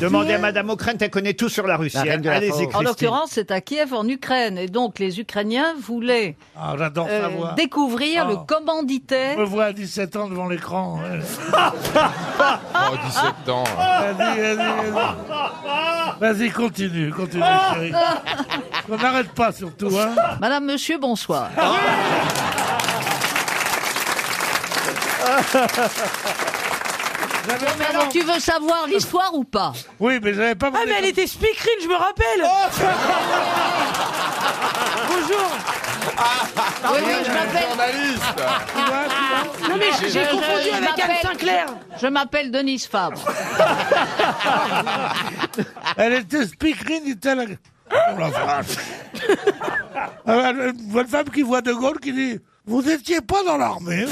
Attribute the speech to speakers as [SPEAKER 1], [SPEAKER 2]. [SPEAKER 1] Demandez à Madame O'Krent, elle connaît tout sur la Russie. hein.
[SPEAKER 2] La reine de la
[SPEAKER 1] Allez-y,
[SPEAKER 2] France.
[SPEAKER 1] Christine.
[SPEAKER 3] En l'occurrence, c'est à Kiev, en Ukraine. Et donc, les Ukrainiens voulaient
[SPEAKER 4] Ah, j'adore
[SPEAKER 3] euh,
[SPEAKER 4] savoir.
[SPEAKER 3] découvrir
[SPEAKER 4] Ah.
[SPEAKER 3] le commanditaire.
[SPEAKER 4] Je me vois à 17 ans devant l'écran. hein. ouais.
[SPEAKER 5] Oh, 17 ans.
[SPEAKER 4] Vas-y, vas-y, vas-y. Vas-y, continue, continue, chérie. On n'arrête pas surtout, hein.
[SPEAKER 3] Madame, monsieur, bonsoir.
[SPEAKER 4] J'avais pas
[SPEAKER 3] Alors,
[SPEAKER 4] non-
[SPEAKER 3] tu veux savoir l'histoire ou pas
[SPEAKER 4] Oui, mais j'avais pas.
[SPEAKER 6] Ah mais elle était speakerine, je me rappelle Bonjour Ah
[SPEAKER 3] Oui, oui, je m'appelle-
[SPEAKER 5] Journaliste.
[SPEAKER 6] Non mais j'ai- j'ai confondu
[SPEAKER 3] je
[SPEAKER 6] avec Anne
[SPEAKER 3] m'appelle-
[SPEAKER 6] Sinclair
[SPEAKER 3] Je m'appelle Denise Fabre.
[SPEAKER 4] Elle était speakerine italienne. Oh la vache. Ah, Une bonne femme qui voit De Gaulle qui dit Vous n'étiez pas dans l'armée.